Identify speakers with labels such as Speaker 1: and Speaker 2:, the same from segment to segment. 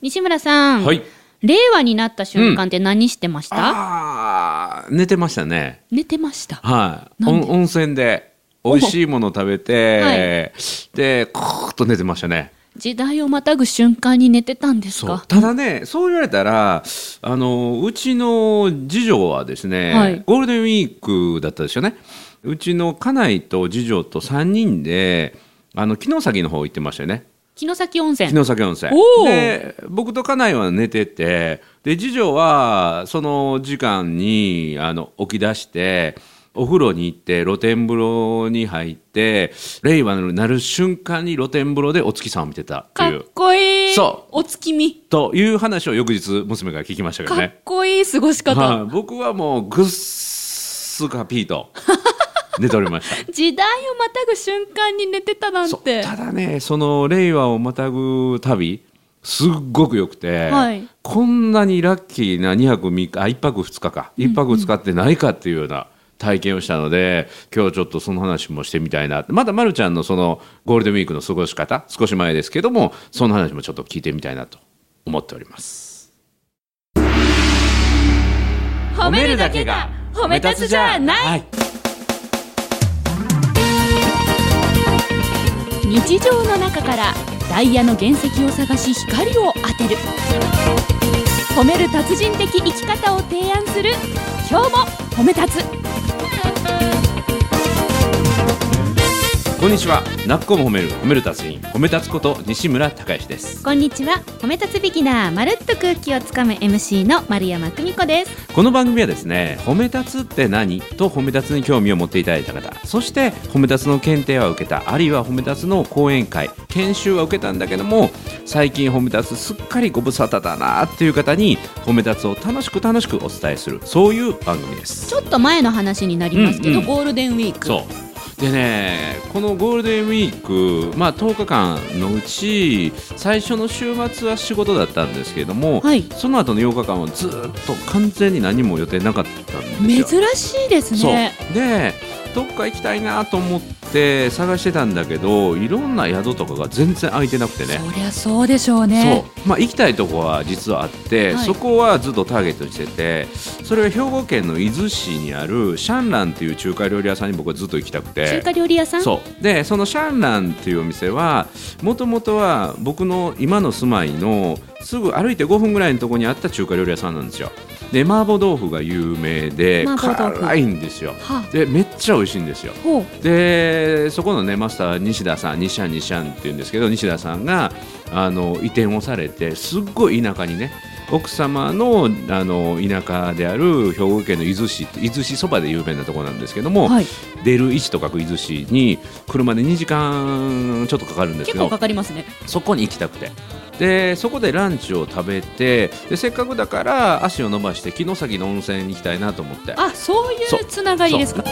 Speaker 1: 西村さん、
Speaker 2: はい
Speaker 1: 令和になった瞬間って何してました、
Speaker 2: あー寝てましたね
Speaker 1: 寝てました。
Speaker 2: はい
Speaker 1: なんで
Speaker 2: 温温泉で美味しいもの食べ
Speaker 1: は
Speaker 2: て、でコーッと寝てましたね
Speaker 1: 時代をまたぐ瞬間に寝てたんです
Speaker 2: そう
Speaker 1: か
Speaker 2: ただねそう言われたらあのうちの次女はですね、
Speaker 1: はい
Speaker 2: ゴールデンウィークだったですよねうちの家内と次女と3人であの城崎の方行ってましたよね
Speaker 1: 城崎温泉。
Speaker 2: 城崎温泉
Speaker 1: おー
Speaker 2: で僕と家内は寝ててで次女はその時間にあの起き出してお風呂に行って露天風呂に入って令和になる瞬間に露天風呂でお月さんを見てたって
Speaker 1: かっ
Speaker 2: いう
Speaker 1: こいい。
Speaker 2: そう
Speaker 1: お月見。
Speaker 2: という話を翌日娘から聞きましたけど
Speaker 1: かっ
Speaker 2: ね、
Speaker 1: こいい過ごし方。
Speaker 2: はい、僕はもうぐっすかピーと寝ておりました
Speaker 1: 時代をまたぐ瞬間に寝てたなん
Speaker 2: そう
Speaker 1: て。
Speaker 2: ただねその令和をまたぐ旅すっごく良くて、
Speaker 1: はい
Speaker 2: こんなにラッキーな2泊3日あ1泊2日か1泊2日ってないかっていうような体験をしたので、今日ちょっとその話もしてみたいなまだまるちゃんのそのゴールデンウィークの過ごし方少し前ですけどもその話もちょっと聞いてみたいなと思っております。
Speaker 1: 褒めるだけが褒め立つじゃない、
Speaker 2: はい
Speaker 1: 日常の中からダイヤの原石を探し光を当てる褒める達人的生き方を提案する今日も褒め立つ
Speaker 2: こんにちはなっこも褒める褒める達人褒め立つこと西村孝之です
Speaker 1: こんにちは褒め立つビギナーまるっと空気をつかむ MC の丸山久美子です
Speaker 2: この番組はですね褒め立つって何と褒め立つに興味を持っていただいた方そして褒め立つの検定は受けたあるいは褒め立つの講演会研修は受けたんだけども最近褒め立つすっかりご無沙汰だなっていう方に褒め立つを楽しく楽しくお伝えするそういう番組です
Speaker 1: ちょっと前の話になりますけど、
Speaker 2: うんうん
Speaker 1: ゴールデンウィーク
Speaker 2: そうでねこのゴールデンウィーク、まあ、10日間のうち最初の週末は仕事だったんですけども、
Speaker 1: はい
Speaker 2: その後の8日間はずっと完全に何も予定なかったんですよ
Speaker 1: 珍しいですね
Speaker 2: そうでどっか行きたいなと思って探してたんだけどいろんな宿とかが全然空いてなくてね
Speaker 1: そりゃそうでしょうね
Speaker 2: そうまあ、行きたいとこは実はあって、
Speaker 1: はい
Speaker 2: そこはずっとターゲットにしててそれが兵庫県の伊豆市にあるシャンランっていう中華料理屋さんに僕はずっと行きたくて
Speaker 1: 中華料理屋さん
Speaker 2: そうでそのシャンランっていうお店はもともとは僕の今の住まいのすぐ歩いて5分ぐらいのところにあった中華料理屋さんなんですよで麻婆豆腐が有名で
Speaker 1: 麻婆豆腐
Speaker 2: 辛いんですよ
Speaker 1: はあ
Speaker 2: でめっちゃ美味しいんですよ
Speaker 1: ほう
Speaker 2: でそこのねマスター西田さん西シャン西シャンって言うんですけど西田さんがあの移転をされてすっごい田舎にね奥様のあの田舎である兵庫県の伊豆市伊豆市そばで有名なところなんですけども、
Speaker 1: はい
Speaker 2: 出る市と書く伊豆市に車で2時間ちょっとかかるんです
Speaker 1: 結
Speaker 2: け
Speaker 1: 構
Speaker 2: ど
Speaker 1: かかりますね
Speaker 2: そこに行きたくてでそこでランチを食べてでせっかくだから足を伸ばして城崎の温泉に行きたいなと思って
Speaker 1: あそうい
Speaker 2: そう
Speaker 1: うつながりですか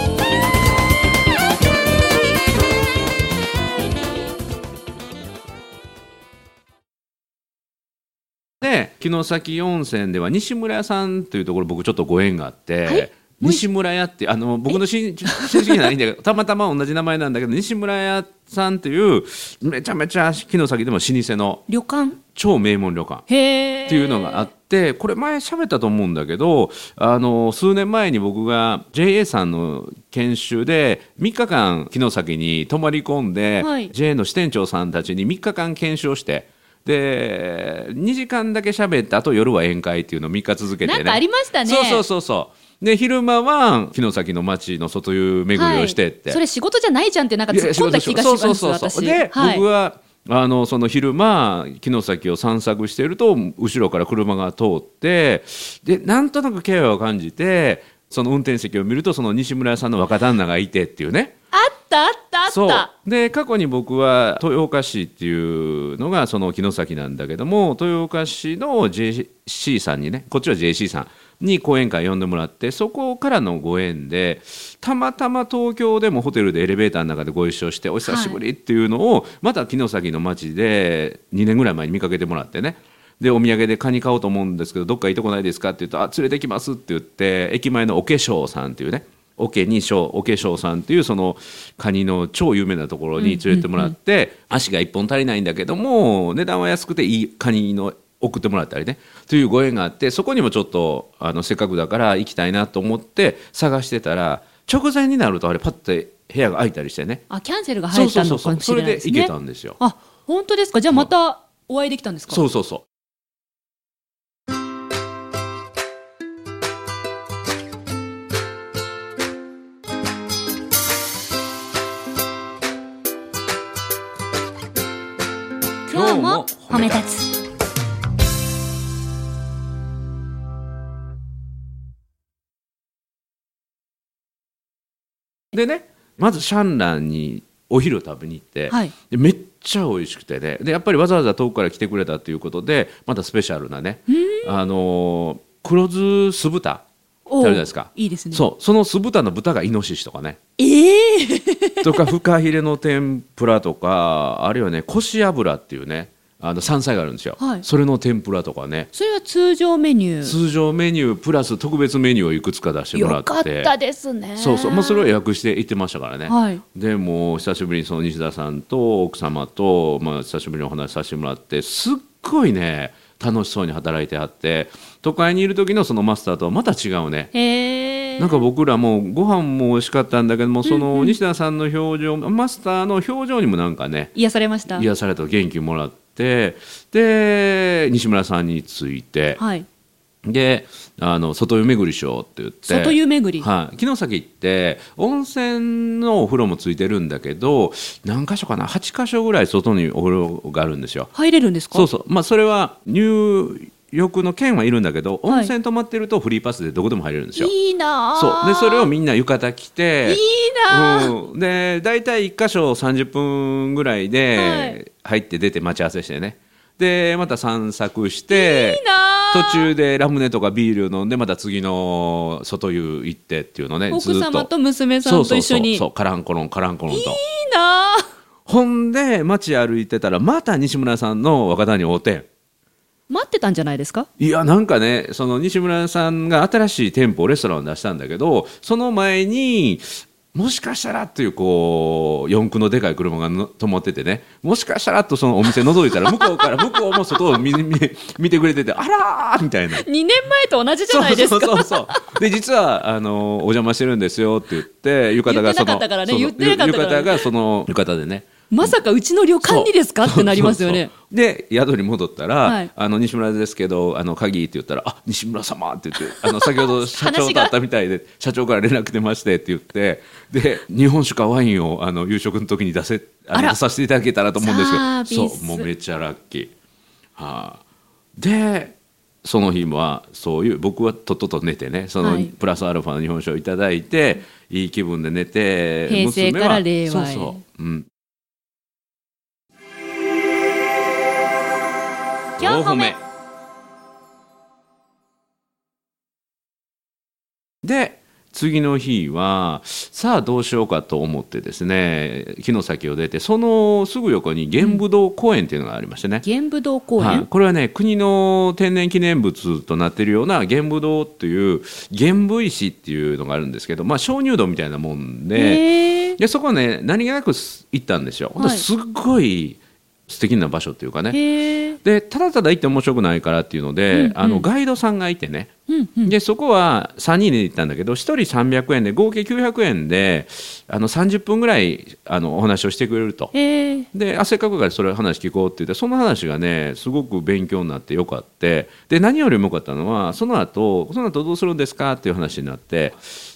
Speaker 2: で城崎温泉では西村屋さんというところ僕ちょっとご縁があって、
Speaker 1: はい
Speaker 2: 西村屋ってあの僕の親親戚じゃないんだけどたまたま同じ名前なんだけど西村屋さんっていうめちゃめちゃ城崎でも老舗の
Speaker 1: 旅館
Speaker 2: 超名門旅館
Speaker 1: へえ
Speaker 2: っていうのがあってこれ前喋ったと思うんだけどあの数年前に僕が JA さんの研修で3日間城崎に泊まり込んで、
Speaker 1: はい
Speaker 2: JA の支店長さんたちに3日間研修をして。で2時間だけ喋ってあと夜は宴会っていうのを3日続けてね
Speaker 1: なんかありましたね
Speaker 2: そうそうそうそうで昼間は城崎の町の外湯巡りをしてって、
Speaker 1: はい、それ仕事じゃないじゃんってなんか突っ込んだ気がします
Speaker 2: そうそうそうそ
Speaker 1: 私
Speaker 2: うで、
Speaker 1: はい、
Speaker 2: 僕はあのその昼間城崎を散策していると後ろから車が通ってでなんとなく気配を感じてその運転席を見るとその西村屋さんの若旦那がいてっていうね
Speaker 1: あったあったあ
Speaker 2: そ
Speaker 1: った
Speaker 2: うで過去に僕は豊岡市っていうのがその城崎なんだけども豊岡市の JC さんにねこっちは JC さんに講演会呼んでもらってそこからのご縁でたまたま東京でもホテルでエレベーターの中でご一緒してお久しぶりっていうのを、また城崎の街で2年ぐらい前に見かけてもらってねでお土産でカニ買おうと思うんですけどどっかいいとこないですかって言うと「あ連れてきます」って言って駅前のお化粧さんっていうねおけにしょうお化粧さんっていうそのカニの超有名なところに連れてってもらって、足が1本足りないんだけども値段は安くていいカニの送ってもらったりねというご縁があってそこにもちょっとあのせっかくだから行きたいなと思って探してたら直前になるとあれパッて部屋が空いたりしてね
Speaker 1: あキャンセルが
Speaker 2: そ
Speaker 1: 入
Speaker 2: う
Speaker 1: っ
Speaker 2: そ
Speaker 1: た
Speaker 2: うそ
Speaker 1: の
Speaker 2: うそ
Speaker 1: か
Speaker 2: う
Speaker 1: もし
Speaker 2: そ
Speaker 1: れ
Speaker 2: れ
Speaker 1: ない
Speaker 2: で
Speaker 1: です
Speaker 2: 行け
Speaker 1: ね
Speaker 2: たんですよ。
Speaker 1: あ本当ですかじゃあまたお会いできたんですか
Speaker 2: そうそうそう
Speaker 1: 今日も褒め立つ
Speaker 2: でねまずシャンランにお昼食べに行って、
Speaker 1: はい
Speaker 2: でめっちゃ美味しくてねでやっぱりわざわざ遠くから来てくれたということでまたスペシャルなねあのー黒酢酢豚
Speaker 1: おう
Speaker 2: 食べたですか
Speaker 1: いいですね
Speaker 2: そうその酢豚の豚がイノシシとかね
Speaker 1: ええ
Speaker 2: とかフカヒレの天ぷらとかあるいはねこし油っていうねあの山菜があるんですよ、
Speaker 1: はい
Speaker 2: それの天ぷらとかね
Speaker 1: それは通常メニュー
Speaker 2: 通常メニュープラス特別メニューをいくつか出してもら
Speaker 1: よ
Speaker 2: って
Speaker 1: かったですね
Speaker 2: そうそう、まあ、それは予約して行ってましたからね、
Speaker 1: はい
Speaker 2: でもう久しぶりにその西田さんと奥様と、まあ、久しぶりにお話しさせてもらってすっごいね楽しそうに働いてはって都会にいる時のそのマスターとはまた違うね
Speaker 1: へえ
Speaker 2: なんか僕らもうご飯も美味しかったんだけどもその西田さんの表情、マスターの表情にもなんかね
Speaker 1: 癒されました
Speaker 2: 癒された元気もらってで西村さんについて、
Speaker 1: はい
Speaker 2: であの外湯巡りしようって言って
Speaker 1: 外湯巡り
Speaker 2: はい、城崎って温泉のお風呂もついてるんだけど何箇所かな8箇所ぐらい外にお風呂があるんですよ。
Speaker 1: 入れるんですか
Speaker 2: そうそうまあ、それは入浴の券はいるんだけど
Speaker 1: はい
Speaker 2: 温泉泊まってるとフリーパスでどこでも入れるんですよ。
Speaker 1: いいなあ
Speaker 2: そうでそれをみんな浴衣着て
Speaker 1: いいなあ
Speaker 2: うん、で大体1箇所30分ぐらいで入って出て待ち合わせしてねでまた散策して
Speaker 1: いいなあ
Speaker 2: 途中でラムネとかビール飲んでまた次の外湯行ってっていうのねず
Speaker 1: 奥
Speaker 2: っ
Speaker 1: 様と娘さんと一緒にいい
Speaker 2: そうそうそうそうカランコロンカランコロンと
Speaker 1: なあ
Speaker 2: ほんで街歩いてたらまた西村さんの若旦に会うてん
Speaker 1: 待ってたんじゃないですか
Speaker 2: いやなんかねその西村さんが新しい店舗レストランを出したんだけどその前にもしかしたらっていうこう四駆のでかい車がの止まっててねもしかしたらとそのお店覗いたら向こうから向こうも外を見見見てくれててあらーみたいな
Speaker 1: 2年前と同じじゃないですか
Speaker 2: そうそうそうそうで実はあのお邪魔してるんですよって言って浴衣がそ
Speaker 1: 言
Speaker 2: の
Speaker 1: ってなかったからね
Speaker 2: そうそ
Speaker 1: 言
Speaker 2: う
Speaker 1: ってなかったからね
Speaker 2: 浴衣がその浴衣でね
Speaker 1: まさかうちの旅館にですかってなりますよね
Speaker 2: そうそうそうで宿に戻ったら、
Speaker 1: はい
Speaker 2: あの西村ですけどあの鍵って言ったら「あ西村様」って言ってあの先 ほど社長と会ったみたいで社長から連絡出ましてって言ってで日本酒かワインをあの夕食の時に出せあ
Speaker 1: あ
Speaker 2: の
Speaker 1: ら
Speaker 2: 出させていただけたらと思うんです
Speaker 1: サービ
Speaker 2: けど
Speaker 1: ス
Speaker 2: そうもうめっちゃラッキー。はあ、でその日はそういう僕はとっとと寝てねその
Speaker 1: はい
Speaker 2: プラスアルファの日本酒をいただいて、い、い気分で寝て
Speaker 1: 平成
Speaker 2: 娘は
Speaker 1: から令和へ
Speaker 2: そうそう、うん、
Speaker 1: 今日褒め
Speaker 2: で次の日はさあどうしようかと思ってですね木の先を出てそのすぐ横に玄武洞公園っていうのがありましてね、
Speaker 1: 玄武洞公
Speaker 2: はい
Speaker 1: 園
Speaker 2: これはね国の天然記念物となっているような玄武洞っていう玄武石っていうのがあるんですけど、まあ、鍾乳洞みたいなもんで,、
Speaker 1: へえ
Speaker 2: でそこね何気なくす行ったんですよ。ほんと
Speaker 1: はい
Speaker 2: すっごい素敵な場所っていうかね
Speaker 1: へえ
Speaker 2: でただただ行って面白くないからっていうので、あのガイドさんがいてね
Speaker 1: うんうん
Speaker 2: でそこは3人で行ったんだけど1人300円で合計900円であの30分ぐらいあのお話をしてくれると
Speaker 1: へえ
Speaker 2: で汗かくからそれ話聞こうって言ってその話がねすごく勉強になってよかってで何よりも良かったのはその後その後どうするんですかっていう話になって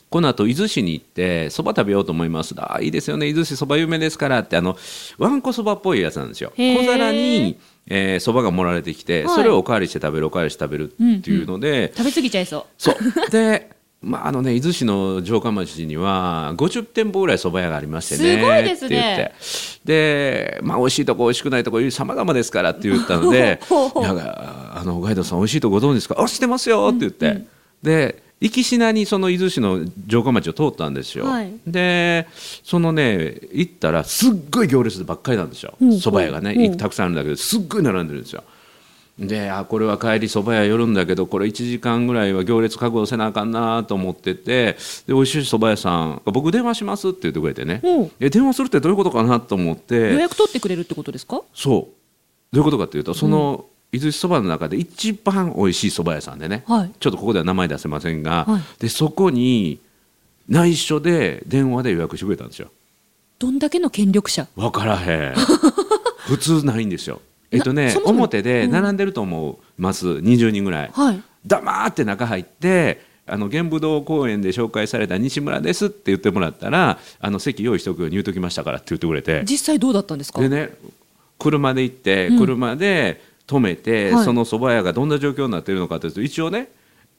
Speaker 2: この後伊豆市に行ってそば食べようと思いますあーいいですよね伊豆市そば有名ですからってあのわんこそばっぽいやつなんですよ
Speaker 1: へー
Speaker 2: 小皿にえーそば、が盛られてきて、
Speaker 1: はい
Speaker 2: それをおかわりして食べるおかわりして食べるっていうので、
Speaker 1: 食べ過ぎちゃいそう
Speaker 2: そうでまああのね伊豆市の城下町には50店舗ぐらい蕎麦屋がありましてね
Speaker 1: すごいです
Speaker 2: って
Speaker 1: ね
Speaker 2: 言ってで、まあ、美味しいとこ美味しくないとこ様々ですからって言ったので
Speaker 1: ほうほう
Speaker 2: なんかあのガイドさん美味しいとこご存知ですかあ知ってますよって言って、で行きしなにその伊豆市の城下町を通ったんですよ、
Speaker 1: はい
Speaker 2: でそのね行ったらすっごい行列ばっかりなんですよ
Speaker 1: ほうほう
Speaker 2: 蕎麦屋がね、
Speaker 1: ほう
Speaker 2: たくさんあるんだけどすっごい並んでるんですよであこれは帰りそば屋寄るんだけどこれ1時間ぐらいは行列覚悟せなあかんなと思っててで美味しいそば屋さん僕電話しますって言ってくれてね
Speaker 1: うん
Speaker 2: え電話するってどういうことかなと思っ
Speaker 1: 予
Speaker 2: て
Speaker 1: 約取ってくれるってことですか
Speaker 2: そうどういうことかっていうとその伊豆そばの中で一番美味しいそば屋さんでね、
Speaker 1: はい
Speaker 2: ちょっとここでは名前出せませんが、
Speaker 1: はい
Speaker 2: でそこに内緒で電話で予約してくれたんですよ
Speaker 1: どんだけの権力者
Speaker 2: 分か らへん普通ないんですよえっとね
Speaker 1: なそもそも
Speaker 2: 表で並んでると思います、20人ぐらい
Speaker 1: はい
Speaker 2: 黙って中入ってあの玄武洞公園で紹介された西村ですって言ってもらったらあの席用意しておくように言うときましたからって言ってくれて
Speaker 1: 実際どうだったんですか
Speaker 2: でね車で行って車で止めて、
Speaker 1: はい
Speaker 2: その蕎麦屋がどんな状況になっているのかというと一応ね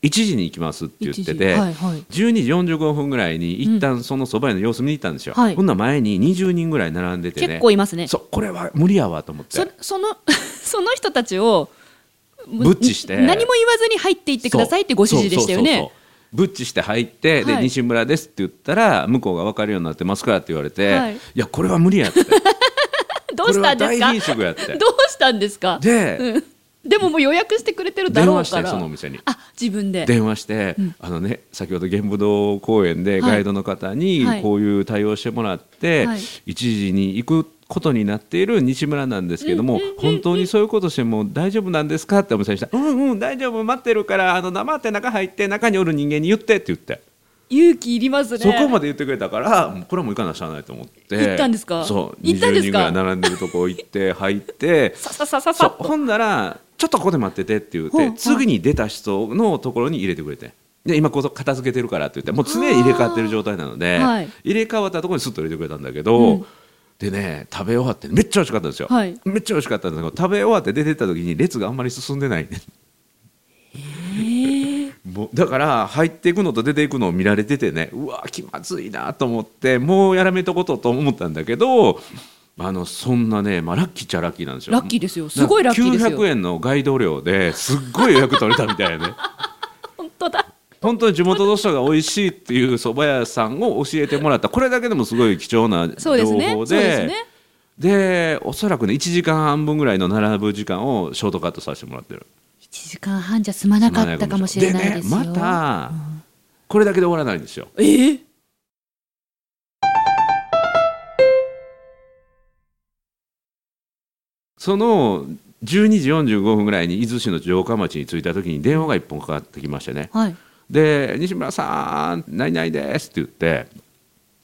Speaker 2: 1時に行きますって言ってて、
Speaker 1: 1時はいはい
Speaker 2: 12時45分ぐらいに一旦その蕎麦屋の様子見に行ったんですよ、
Speaker 1: はい
Speaker 2: ほんなら前に20人ぐらい並んでてね
Speaker 1: 結構いますね
Speaker 2: そうこれは無理やわと思って
Speaker 1: そその その人たちをもう
Speaker 2: ブッチして
Speaker 1: ん何も言わずに入っていってくださいってご指示でしたよ
Speaker 2: そうそう
Speaker 1: ね
Speaker 2: そうそうブッチして入って、
Speaker 1: は
Speaker 2: で
Speaker 1: い
Speaker 2: 西村ですって言ったら向こうが分かるようになってますからって言われて、
Speaker 1: はい
Speaker 2: い、やこれは無理 やって
Speaker 1: どうしたんです
Speaker 2: こ
Speaker 1: か
Speaker 2: れは大貧食やって
Speaker 1: どうしたんですか
Speaker 2: で
Speaker 1: うんでももう予約してくれてるだ
Speaker 2: 電
Speaker 1: ろう
Speaker 2: 話し
Speaker 1: か
Speaker 2: て
Speaker 1: ら
Speaker 2: そのお店に
Speaker 1: あ自分で
Speaker 2: 電話して、あのね、先ほど玄武洞公園で
Speaker 1: はい
Speaker 2: ガイドの方に
Speaker 1: はい
Speaker 2: こういう対応してもらって、
Speaker 1: はい
Speaker 2: 一時に行くことになっている西村なんですけども、本当にそういうことしても大丈夫なんですかってお店にしたら「うんうん大丈夫待ってるからあの黙って中入って中におる人間に言って」って言って。
Speaker 1: 勇気いりますね
Speaker 2: そこまで言ってくれたからもうこれはもう行かなしゃあないと思って
Speaker 1: 行ったんですか
Speaker 2: そう
Speaker 1: 行ったんですか
Speaker 2: 20人ぐらい並んでるとこ行って入って
Speaker 1: ささささ
Speaker 2: そ
Speaker 1: さ
Speaker 2: う
Speaker 1: っと
Speaker 2: ほんならちょっとここで待っててって言っ
Speaker 1: ほう
Speaker 2: て
Speaker 1: ほう
Speaker 2: 次に出た人のところに入れてくれてで今こそ片付けてるからって言ってもう常に入れ替わってる状態なので、
Speaker 1: あーはい
Speaker 2: 入れ替わったところにスッと入れてくれたんだけど、
Speaker 1: うん
Speaker 2: でね食べ終わってめっちゃ美味しかったんですよ、
Speaker 1: はい
Speaker 2: めっちゃ美味しかったんですけど食べ終わって出てった時に列があんまり進んでないね
Speaker 1: へえ
Speaker 2: もうだから入っていくのと出ていくのを見られててねうわ気まずいなと思ってもうやらめとことと思ったんだけどあのそんなね、まあ、ラッキーっちゃラッキーなんですよ
Speaker 1: ラッキーですよすごいラッキーですよ
Speaker 2: 900円のガイド料ですっごい予約取れたみたいな ね
Speaker 1: 本当だ
Speaker 2: 本当に地元の人が美味しいっていう蕎麦屋さんを教えてもらったこれだけでもすごい貴重な情
Speaker 1: そうですね
Speaker 2: 報
Speaker 1: そうです
Speaker 2: で
Speaker 1: ね
Speaker 2: でおそらくね1時間半分ぐらいの並ぶ時間をショートカットさせてもらってる
Speaker 1: 1時間半じゃ済まなかったかもしれないですよ
Speaker 2: ね、またこれだけで終わらないんですよ
Speaker 1: えー
Speaker 2: その12時45分ぐらいに伊豆市の城下町に着いた時に電話が一本かかってきましてね
Speaker 1: はい
Speaker 2: で西村さん何々ですって言って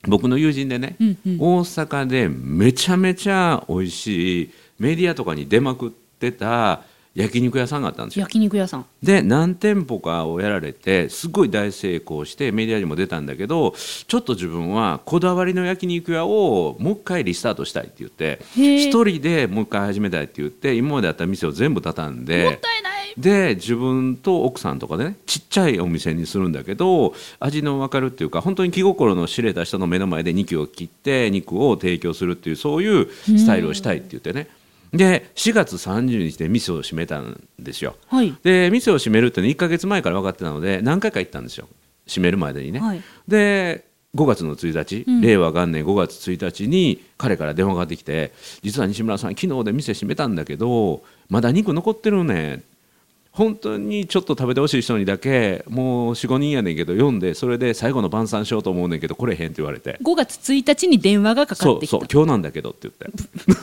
Speaker 2: 僕の友人でね、
Speaker 1: うんうん
Speaker 2: 大阪でめちゃめちゃ美味しいメディアとかに出まくってた焼肉屋さんがあったんですよ
Speaker 1: 焼肉屋さん
Speaker 2: で何店舗かをやられてすごい大成功してメディアにも出たんだけどちょっと自分はこだわりの焼肉屋をもう一回リスタートしたいって言って
Speaker 1: へえ
Speaker 2: 一人でもう一回始めたいって言って今まであった店を全部畳ん
Speaker 1: もっ
Speaker 2: で。
Speaker 1: たいない
Speaker 2: で自分と奥さんとかでねちっちゃいお店にするんだけど味の分かるっていうか本当に気心の知れた人の目の前で肉を切って肉を提供するっていうそういうスタイルをしたいって言ってねで4月30日で店を閉めたんですよ。
Speaker 1: はい
Speaker 2: で店を閉めるっていうの1か月前から分かってたので何回か行ったんですよ閉めるまでにね、
Speaker 1: はい
Speaker 2: で5月の1日、
Speaker 1: うん
Speaker 2: 令和元年5月1日に彼から電話がかかってきて実は西村さん昨日で店閉めたんだけどまだ肉残ってるね本当にちょっと食べてほしい人にだけもう45人やねんけど読んでそれで最後の晩餐しようと思うねんけど来れへんって言われて
Speaker 1: 5月1日に電話がかか
Speaker 2: そ
Speaker 1: っ
Speaker 2: う
Speaker 1: てき
Speaker 2: そ
Speaker 1: た
Speaker 2: う今日なんだけどって言って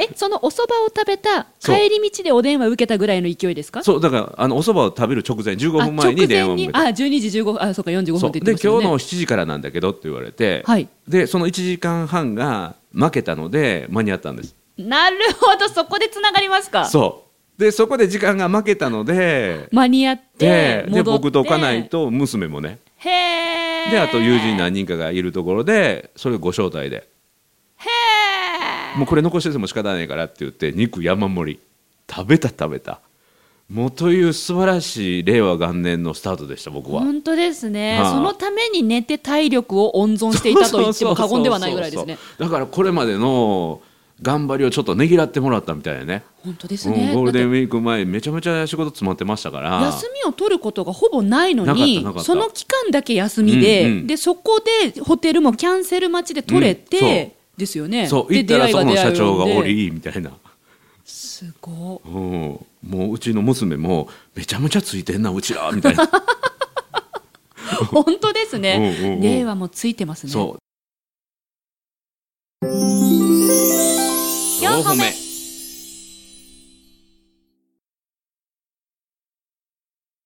Speaker 1: えそのお蕎麦を食べた
Speaker 2: そう
Speaker 1: 帰り道でお電話受けたぐらいの勢いですか
Speaker 2: そうだからあのお蕎麦を食べる直前15分前に電話を受けて
Speaker 1: あ直前にあ12時15分あそうか45分
Speaker 2: そ
Speaker 1: っ
Speaker 2: う
Speaker 1: て
Speaker 2: で
Speaker 1: 言ってましたよ
Speaker 2: 今日
Speaker 1: ね
Speaker 2: の7時からなんだけどって言われて、
Speaker 1: はい
Speaker 2: でその1時間半が負けたので間に合ったんです
Speaker 1: なるほどそこでつながりますか
Speaker 2: そうでそこで時間が負けたので
Speaker 1: 間に合って
Speaker 2: で
Speaker 1: 戻って
Speaker 2: で僕と家内と娘もね
Speaker 1: へえ
Speaker 2: であと友人何人かがいるところでそれをご招待で
Speaker 1: へえ
Speaker 2: もうこれ残してても仕方ないからって言って肉山盛り食べた食べたもうという素晴らしい令和元年のスタートでした僕は。
Speaker 1: 本当ですね、
Speaker 2: はい
Speaker 1: そのために寝て体力を温存していたと言っても過言ではないぐらいですね
Speaker 2: そうそうそうそうだからこれまでの頑張りをちょっとねぎらってもらったみたいなね
Speaker 1: 本当ですね、
Speaker 2: うんゴールデン
Speaker 1: だ
Speaker 2: ウ
Speaker 1: って
Speaker 2: ィーク前めちゃめちゃ仕事詰まってましたから
Speaker 1: 休みを取ることがほぼないの
Speaker 2: なかっ
Speaker 1: に
Speaker 2: たなかった
Speaker 1: その期間だけ休みで、
Speaker 2: うんうん
Speaker 1: でそこでホテルもキャンセル待ちで取れて、
Speaker 2: うん
Speaker 1: ですよね
Speaker 2: そう
Speaker 1: で
Speaker 2: 行ったらそこの社長が
Speaker 1: 出会いが出会
Speaker 2: お
Speaker 1: いを呼んで
Speaker 2: りみたいな、
Speaker 1: すごい
Speaker 2: うん、もううちの娘もめちゃめちゃついてんなうちらみたいな
Speaker 1: 本当ですね。
Speaker 2: うんうんうん
Speaker 1: 令和もついてますね。
Speaker 2: そう
Speaker 1: 四歩目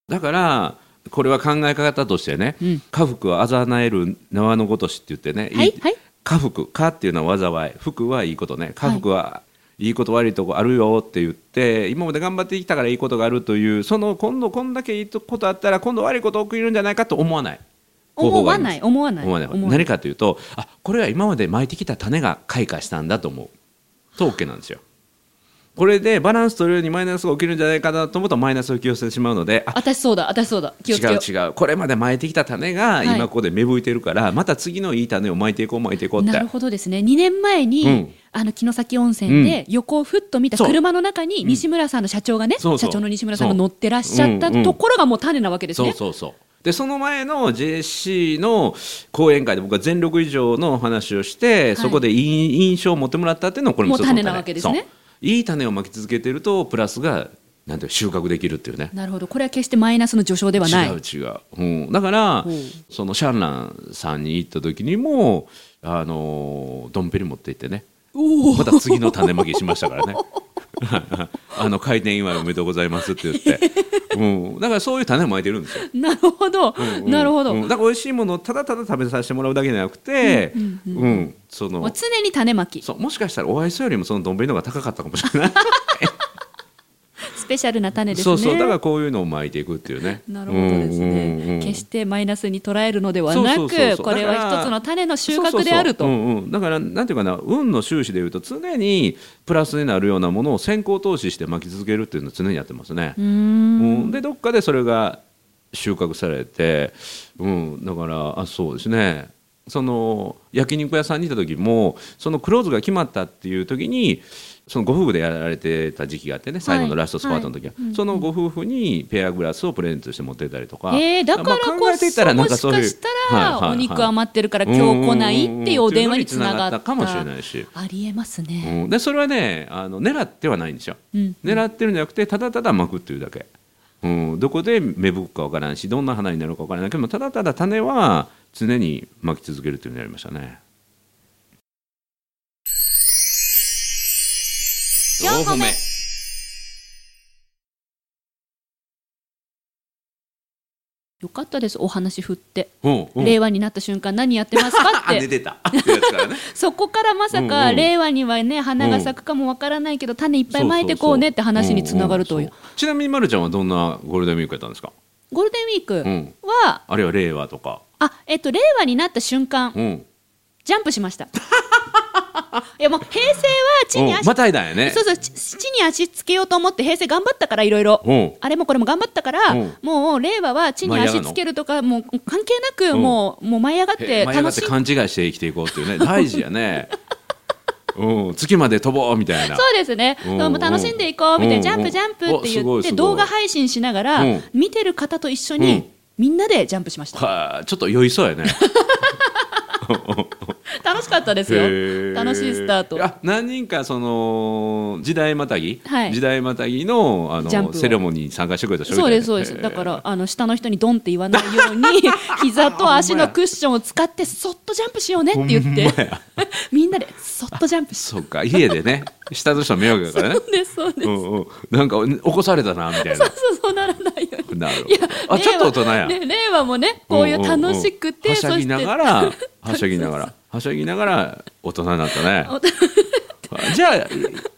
Speaker 2: だからこれは考え方としてね、
Speaker 1: うん
Speaker 2: 家福をあざなえる縄のごとしって言ってね、
Speaker 1: はいはい
Speaker 2: 家福家っていうのは災い福はいいことね家福はいいこと悪いとこあるよって言って今まで頑張ってきたからいいことがあるというその今度こんだけいいことあったら今度悪いこと起きるんじゃないかと思わない
Speaker 1: 思わない
Speaker 2: 方法
Speaker 1: 思
Speaker 2: があ
Speaker 1: わ
Speaker 2: り
Speaker 1: な
Speaker 2: ま
Speaker 1: い
Speaker 2: す思わない何かというとあこれは今まで巻いてきた種が開花したんだと思うと OK なんですよこれでバランス取るようにマイナスが起きるんじゃないかなと思うとマイナスを引き寄せてしまうのであ
Speaker 1: 私そうだ私そうだ気をつけよ
Speaker 2: 違
Speaker 1: う
Speaker 2: う違うこれまで巻いてきた種が
Speaker 1: はい
Speaker 2: 今ここで芽吹いてるから、また次のいい種を巻いていこう巻いていこうって
Speaker 1: なるほどですね2年前に、
Speaker 2: うん
Speaker 1: あの城崎温泉で横をふっと見た
Speaker 2: そう
Speaker 1: 車の中に西村さんの社長がね、
Speaker 2: そうそ
Speaker 1: 社
Speaker 2: う
Speaker 1: 長の西村さんが
Speaker 2: そう
Speaker 1: 乗ってらっしゃった
Speaker 2: うんうん
Speaker 1: ところがもう種なわけですね、
Speaker 2: そうそうそうでその前の JC の講演会で僕は全力以上のお話をして、
Speaker 1: い
Speaker 2: そこでいい印象を持ってもらったっていうのはこれも一つの
Speaker 1: もう種なわけですね
Speaker 2: そういい種を巻き続けてるとプラスがなんていうの収穫できるっていうね
Speaker 1: なるほどこれは決してマイナスの序章ではない
Speaker 2: 違う違う、うん、だから
Speaker 1: ほう
Speaker 2: そのシャンランさんに行った時にもあのドンペリ持って行ってね
Speaker 1: おお
Speaker 2: また次の種まきしまし たからねあの開店祝いおめでとうございますって言って、うん、だからそういう種をまいてるんですよ
Speaker 1: なるほど、
Speaker 2: うん
Speaker 1: なるほど、
Speaker 2: うんだから美味しいものをただただ食べさせてもらうだけじゃなくて、うんそ
Speaker 1: もう
Speaker 2: の
Speaker 1: 常に種まき
Speaker 2: そうもしかしたらおいしさよりもそのどんべりの方が高かったかもしれない
Speaker 1: スペシャルな種ですね
Speaker 2: そうそうだからこういうのを巻いていくっていうね
Speaker 1: なるほどですね、
Speaker 2: うんうんうん
Speaker 1: 決してマイナスに捉えるのではなく
Speaker 2: そうそうそうそう
Speaker 1: これ
Speaker 2: だか
Speaker 1: は
Speaker 2: ら
Speaker 1: 一つの種の収穫であると
Speaker 2: そうそうそううんうんだからなんていうかな運の収支でいうと常にプラスになるようなものを先行投資して巻き続けるっていうのを常にやってますね。うんでどっかでそれが収穫されて、うん、だからあそうですねその焼肉屋さんにいた時もそのクローズが決まったっていう時にそのご夫婦でやられてた時期があってね最後のラストスパートの時は、そのご夫婦にペアグラスをプレゼントして持ってたりとか、
Speaker 1: えー、だから
Speaker 2: まあ考
Speaker 1: こ
Speaker 2: えていっ
Speaker 1: そ、
Speaker 2: たらなん
Speaker 1: も
Speaker 2: か
Speaker 1: し
Speaker 2: そういう
Speaker 1: かしたら、
Speaker 2: はいはいはい
Speaker 1: お肉余ってるから今日来ないっていうお電話につながった
Speaker 2: かもしれないし、
Speaker 1: ありえます
Speaker 2: う
Speaker 1: ね、
Speaker 2: ん、でそれはねあの狙ってはないんですよ
Speaker 1: うん
Speaker 2: 狙ってるんじゃなくてただただ巻くっていうだけ、うん、どこで芽吹くかわからんしどんな花になるかわからないけどもただただ種は常に巻き続けるっていうのをやりましたね
Speaker 1: 四個目よかったですお話振って、
Speaker 2: うんうん
Speaker 1: 令和になった瞬間何やってますかっ
Speaker 2: あ寝
Speaker 1: て
Speaker 2: てたってやつか らね
Speaker 1: そこからまさか、
Speaker 2: うんうん
Speaker 1: 令和にはね花が咲くかもわからないけど種いっぱいまいてこうねって話につながるとい
Speaker 2: ん
Speaker 1: うん
Speaker 2: そちなみにまるちゃんはどんなゴールデンウィークやったんですか、
Speaker 1: ゴールデンウィーク
Speaker 2: うん、
Speaker 1: は、
Speaker 2: あるいは令和とか、
Speaker 1: あえっと令和になった瞬間
Speaker 2: うん、
Speaker 1: ジャンプしました いやもう平成は地に
Speaker 2: うん
Speaker 1: 足
Speaker 2: またいだんやね
Speaker 1: そうそう、ち地に足つけようと思って平成頑張ったからいろいろ
Speaker 2: うん。
Speaker 1: あれもこれも頑張ったから
Speaker 2: うん、
Speaker 1: もう令和は地に足つけるとか、もう関係なく、もう、もう舞い上がっ
Speaker 2: へ
Speaker 1: て
Speaker 2: 舞い上が
Speaker 1: 楽
Speaker 2: っ
Speaker 1: してい。
Speaker 2: 勘違いして生きていこうっていうね大事 やねうん月まで飛ぼうみたいな
Speaker 1: そうですね、
Speaker 2: うん
Speaker 1: どうも楽しんでいこうみたいな、ジャン
Speaker 2: うん
Speaker 1: プ、ジャンプって
Speaker 2: おすご
Speaker 1: 言
Speaker 2: い
Speaker 1: って、
Speaker 2: すごい
Speaker 1: 動画配信しながら
Speaker 2: うん、
Speaker 1: 見てる方と一緒
Speaker 2: うん
Speaker 1: に、みんなでジャンプしました。
Speaker 2: はあちょっと酔いそうやね
Speaker 1: 楽しかったですよ
Speaker 2: へえ。
Speaker 1: 楽しいスタート。
Speaker 2: あ何人かその時代またぎ、
Speaker 1: はい
Speaker 2: 時代またぎのあ
Speaker 1: ジャンプ
Speaker 2: の
Speaker 1: を
Speaker 2: セレモニーに参加してくれた人
Speaker 1: そうです、そ
Speaker 2: が
Speaker 1: う
Speaker 2: い
Speaker 1: で
Speaker 2: た
Speaker 1: す。
Speaker 2: よね
Speaker 1: だから、あの、下の人にドンって言わないよう に、膝と足のクッションを使って、そっとジャンプしようねって言っ
Speaker 2: ほんま
Speaker 1: て
Speaker 2: や、
Speaker 1: みんなで、そっとジャンプし
Speaker 2: そうか家 でね下の人迷惑だからね
Speaker 1: そうです、そうです
Speaker 2: う。んうん、なんか起こされたなみたいな
Speaker 1: そうそうならないように。
Speaker 2: なるほ
Speaker 1: いや
Speaker 2: どあちょっと大人
Speaker 1: 令
Speaker 2: や、
Speaker 1: 和ね令和もね、こういう楽しくて、
Speaker 2: うんうんうんはしゃぎなが
Speaker 1: そ
Speaker 2: らはしゃぎながらはしゃぎなが ら大人になったねじゃあ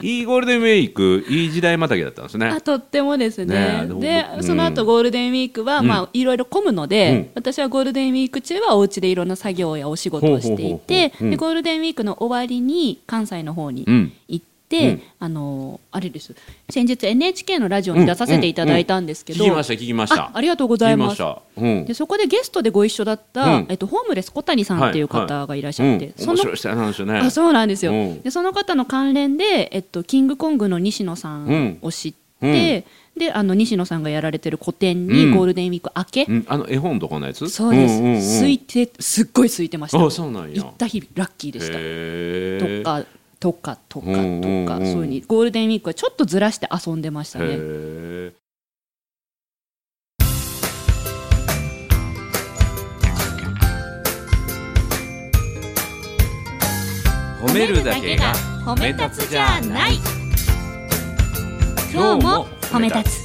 Speaker 2: いいゴールデンウィークいい時代またぎだったんです
Speaker 1: してあ
Speaker 2: ね
Speaker 1: とってもですね。
Speaker 2: ね
Speaker 1: で、
Speaker 2: うん
Speaker 1: その後ゴールデンウィークは、まあ、いろいろ混むの
Speaker 2: うん
Speaker 1: で、私はゴールデンウィーク中はお家でいろんな作業やお仕事をしていて、
Speaker 2: ほうほうほうほううん
Speaker 1: でゴールデンウィークの終わりに関西の方に
Speaker 2: うん
Speaker 1: 行って、
Speaker 2: うん
Speaker 1: あのーあれです先日 NHK のラジオに出させていただいたんですけど、
Speaker 2: うんうんうん聞きました聞きました
Speaker 1: あありがとうございます
Speaker 2: 聞きました、
Speaker 1: でそこでゲストでご一緒だった、
Speaker 2: うん
Speaker 1: えっと、ホームレス小谷さんっていう方がいらっしゃっ
Speaker 2: う
Speaker 1: て、
Speaker 2: ん、
Speaker 1: そ
Speaker 2: 面
Speaker 1: の
Speaker 2: 白い人なんですよね
Speaker 1: あそうなんですよ、
Speaker 2: うん
Speaker 1: でその方の関連で、えっと、キングコングの西野さんを知って、であの西野さんがやられてる個展
Speaker 2: う
Speaker 1: に
Speaker 2: ん
Speaker 1: ゴールデンウィーク明け、
Speaker 2: うん、あの絵本とかのやつ
Speaker 1: そうです、
Speaker 2: んんん
Speaker 1: 空いてすっごい空いてました
Speaker 2: あそうなんや
Speaker 1: 行った日ラッキーでした、
Speaker 2: へ
Speaker 1: と
Speaker 2: ー
Speaker 1: かとかとかとか、
Speaker 2: うんうんうん
Speaker 1: そういうふうにゴールデンウィークはちょっとずらして遊んでました
Speaker 2: へ
Speaker 1: ね
Speaker 2: ー褒めるだけが
Speaker 1: 褒
Speaker 2: め立つじゃない今日も褒め立
Speaker 1: つ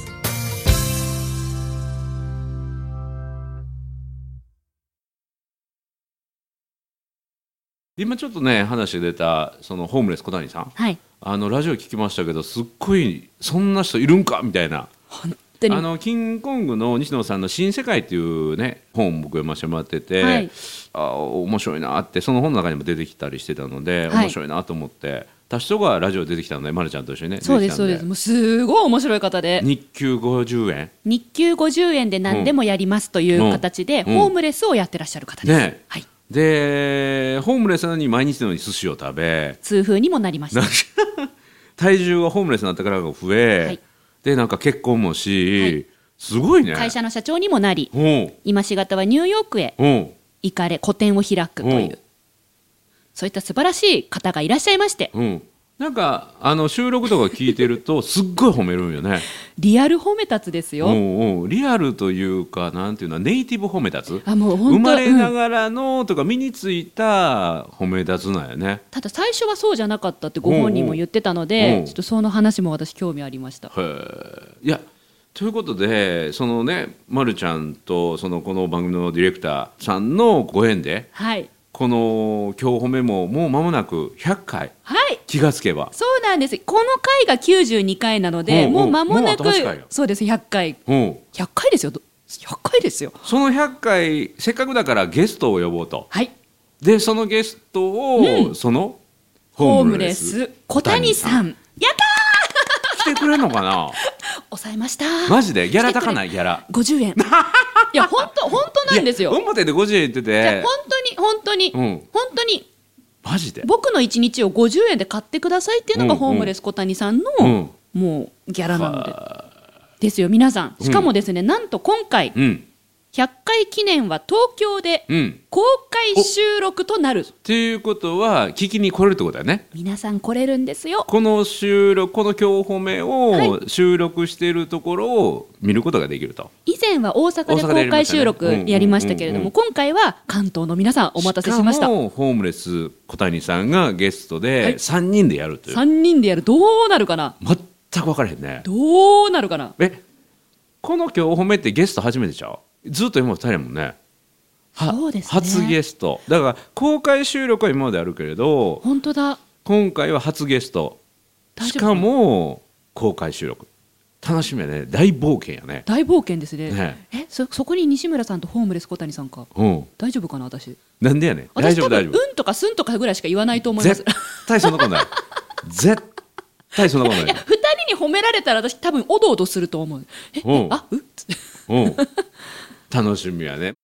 Speaker 2: 今ちょっとね話が出たそのホームレス小谷さん
Speaker 1: はい
Speaker 2: あのラジオ聞きましたけどすっごいそんな人いるんかみたいな
Speaker 1: 本当に
Speaker 2: あのキングコングの西野さんの「新世界」っていうね本を僕読ませてもらってて、
Speaker 1: はい
Speaker 2: あ面白いなってその本の中にも出てきたりしてたので、
Speaker 1: はい
Speaker 2: 面白いなと思ってた人がラジオ出てきたので、ま、るちゃんと一緒にね
Speaker 1: そうですそう
Speaker 2: 出
Speaker 1: で
Speaker 2: てき
Speaker 1: す
Speaker 2: たん
Speaker 1: もうすごい面白い方で
Speaker 2: 日給50円
Speaker 1: 日給50円で何でもやりますという形で、
Speaker 2: うんうん
Speaker 1: ホームレスをやってらっしゃる方です、
Speaker 2: ね
Speaker 1: はい、
Speaker 2: でホームレスなのに毎日のように寿司を食べ
Speaker 1: 痛風にもなりました
Speaker 2: なんか体重がホームレスになったからが増え、
Speaker 1: はい
Speaker 2: でなんか結婚もし、
Speaker 1: はい
Speaker 2: すごいね
Speaker 1: 会社の社長にもなり
Speaker 2: うん
Speaker 1: 今しがたはニューヨークへ
Speaker 2: うん
Speaker 1: 行かれ個展を開くといううんそういった素晴らしい方がいらっしゃいまして
Speaker 2: うんなんかあの収録とか聞いてる とすっごい褒めるんよね
Speaker 1: リアル褒め立つですよ、
Speaker 2: うんうん、リアルというかなんていうのはネイティブ褒め立つ
Speaker 1: あもう
Speaker 2: 生
Speaker 1: 本当
Speaker 2: まれな
Speaker 1: うん
Speaker 2: がらのとか身についた褒め立つなんやね
Speaker 1: ただ最初はそうじゃなかったってご本人も言ってたので、
Speaker 2: うんうん
Speaker 1: ちょっとその話も私興味ありました、
Speaker 2: へえいやということでそのね、ま、るちゃんとそのこの番組のディレクターさんのご縁で
Speaker 1: はい
Speaker 2: この「今日褒め」ももう間もなく100回
Speaker 1: はい
Speaker 2: 気がつけば
Speaker 1: そうなんですこの回が92回なので、
Speaker 2: うんうん
Speaker 1: もう間もなく
Speaker 2: もうあと8回よ
Speaker 1: そうです100回
Speaker 2: うん
Speaker 1: 100回ですよど100回ですよ
Speaker 2: その100回せっかくだからゲストを呼ぼうと
Speaker 1: はい
Speaker 2: でそのゲストを、
Speaker 1: うん
Speaker 2: その
Speaker 1: ホームレス小谷さんやっ
Speaker 2: 来てくれるの かな
Speaker 1: たー抑えました
Speaker 2: マジでギャラ高ないギャラ
Speaker 1: 50円 いや本当本当なんですよ
Speaker 2: いや表で50円言って
Speaker 1: いや
Speaker 2: て
Speaker 1: 本当に本当に、
Speaker 2: うん
Speaker 1: 本当に
Speaker 2: マジで
Speaker 1: 僕の一日を50円で買ってくださいっていうのが
Speaker 2: うんうん
Speaker 1: ホームレス小谷さんの、
Speaker 2: うん
Speaker 1: もうギャラなのでですよ皆さんしかもですね、なんと今回
Speaker 2: うん
Speaker 1: 100回記念は東京で
Speaker 2: うん
Speaker 1: 公開収録となる
Speaker 2: っていうことは聞きに来れるってことだよね
Speaker 1: 皆さん来れるんですよ
Speaker 2: この収録この今日褒め
Speaker 1: は
Speaker 2: を収録しているところを見ることができると、
Speaker 1: 以前は大阪で
Speaker 2: 大阪でや
Speaker 1: 公
Speaker 2: り
Speaker 1: 開
Speaker 2: ましたね
Speaker 1: 収録やりましたけれど
Speaker 2: うんうんうんう
Speaker 1: も
Speaker 2: ん
Speaker 1: 今回は関東の皆さんお待たせしました
Speaker 2: かもホームレス小谷さんがゲスト
Speaker 1: はい
Speaker 2: で3人でやるという、
Speaker 1: 3人でやるどうなるかな
Speaker 2: 全く分からへんね
Speaker 1: どうなるかな
Speaker 2: えこの今日褒めってゲスト初めてちゃうずっと今2人やもんねは
Speaker 1: そうですね
Speaker 2: 初ゲストだから公開収録は今まであるけれど
Speaker 1: 本当だ
Speaker 2: 今回は初ゲスト
Speaker 1: 大丈夫
Speaker 2: しかも公開収録楽しみやね大冒険やね
Speaker 1: 大冒険ですね
Speaker 2: ね
Speaker 1: えそそこに西村さんとホームレス小谷さんか
Speaker 2: うん
Speaker 1: 大丈夫かな私
Speaker 2: なんでやねん大
Speaker 1: 私
Speaker 2: 丈夫
Speaker 1: 多
Speaker 2: 大
Speaker 1: 分
Speaker 2: 丈夫
Speaker 1: うんとかすんとかぐらいしか言わないと思います
Speaker 2: 絶対そんなことない絶対そんなこ と
Speaker 1: い
Speaker 2: な
Speaker 1: や
Speaker 2: い
Speaker 1: 二人に褒められたら私多分おどおどすると思うええ
Speaker 2: うん
Speaker 1: あうっつって
Speaker 2: うん楽しみやね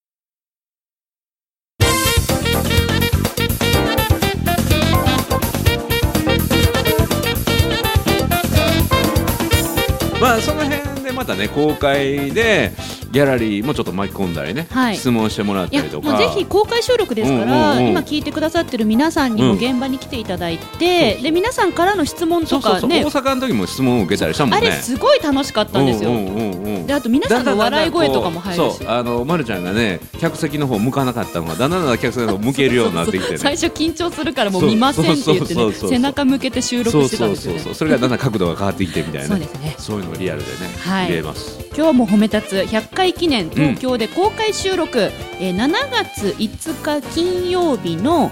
Speaker 2: まあその辺でまたね公開でギャラリーもちょっと巻き込んだりね、
Speaker 1: はい
Speaker 2: 質問してもらっ
Speaker 1: い
Speaker 2: た
Speaker 1: や
Speaker 2: りと
Speaker 1: も
Speaker 2: か
Speaker 1: うぜひ公開収録ですから、
Speaker 2: うんうんうん
Speaker 1: 今聞いてくださってる皆さんにも
Speaker 2: うん
Speaker 1: 現場に来ていただいて、で皆さんからの質問と
Speaker 2: そうそう
Speaker 1: か
Speaker 2: そう、
Speaker 1: ね
Speaker 2: 大阪の時も質問を受けたりしたもんね
Speaker 1: あれすごい楽しかったんですよ、
Speaker 2: うんうんうんうん
Speaker 1: であと皆さんの笑い声とかも入るし
Speaker 2: そうあの、ま、るちゃんがね客席の方向かなかったのがだんだんだんだん客席の方向けるようになっ てきてね
Speaker 1: 最初緊張するからもう見ませんって言って
Speaker 2: そうそうそ
Speaker 1: ね
Speaker 2: うそうそう
Speaker 1: 背中向けて収録してたんですよ
Speaker 2: そうそうそう
Speaker 1: ね
Speaker 2: そうそれがだんだん角度が変わってきてみたい
Speaker 1: そ
Speaker 2: な
Speaker 1: うですね
Speaker 2: そういうのがリアルでね、
Speaker 1: はい
Speaker 2: 見れます
Speaker 1: 今日も褒め立つ100回記念東京で公開収録、えー7月5日金曜日の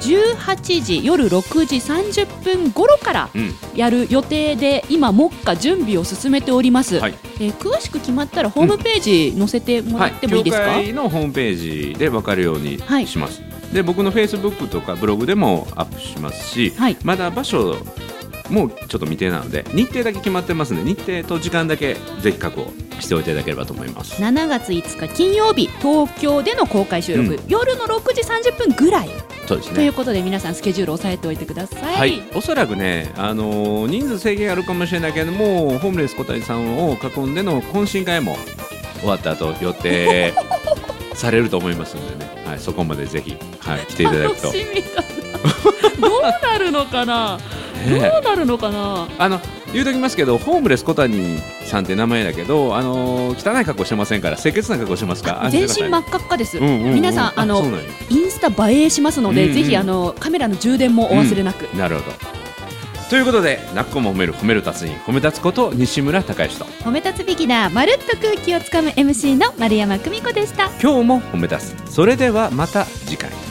Speaker 1: 18時夜6時30分頃から
Speaker 2: うん
Speaker 1: やる予定で今、目下準備を進めております、
Speaker 2: はい、
Speaker 1: えー詳しく決まったらホームページ載せてもら
Speaker 2: は
Speaker 1: ってもいいですか、
Speaker 2: 協会のホームページで分かるように
Speaker 1: はい
Speaker 2: します、で僕のフェイスブックとかブログでもアップしますし、
Speaker 1: はい
Speaker 2: まだ場所もうちょっと未定なので日程だけ決まってますので日程と時間だけぜひ確保しておいていただければと思います
Speaker 1: 7月5日金曜日東京での公開収録、
Speaker 2: う
Speaker 1: 夜の6時30分ぐらい、
Speaker 2: そうですね
Speaker 1: ということで皆さんスケジュール押さえておいてください、
Speaker 2: はい、おそらくね、あのー人数制限あるかもしれないけれども、ホームレス小谷さんを囲んでの懇親会も終わった後予定 されると思いますのでね、はい、そこまでぜひ、はい、来ていただ
Speaker 1: 楽
Speaker 2: くと。
Speaker 1: しみだなどうなるのかなどう
Speaker 2: ね
Speaker 1: なるのかな
Speaker 2: あの言うときますけど、ホームレス小谷さんって名前だけど、あのー汚い格好してませんから、清潔な格好してますから、
Speaker 1: 全身真
Speaker 2: っ
Speaker 1: っ赤っかです、
Speaker 2: うんうんうん
Speaker 1: 皆さんあの
Speaker 2: そうなんや
Speaker 1: インスタ映えしますので、
Speaker 2: うんうん
Speaker 1: ぜひあのカメラの充電もお忘れなく、
Speaker 2: なるほど。ということで、泣く子も褒める、褒める達人、褒め立つこと西村孝之と、
Speaker 1: 褒め立つビギナーまるっと空気をつかむ MC の丸山久美子でした
Speaker 2: 今日も褒め立つ。それではまた次回。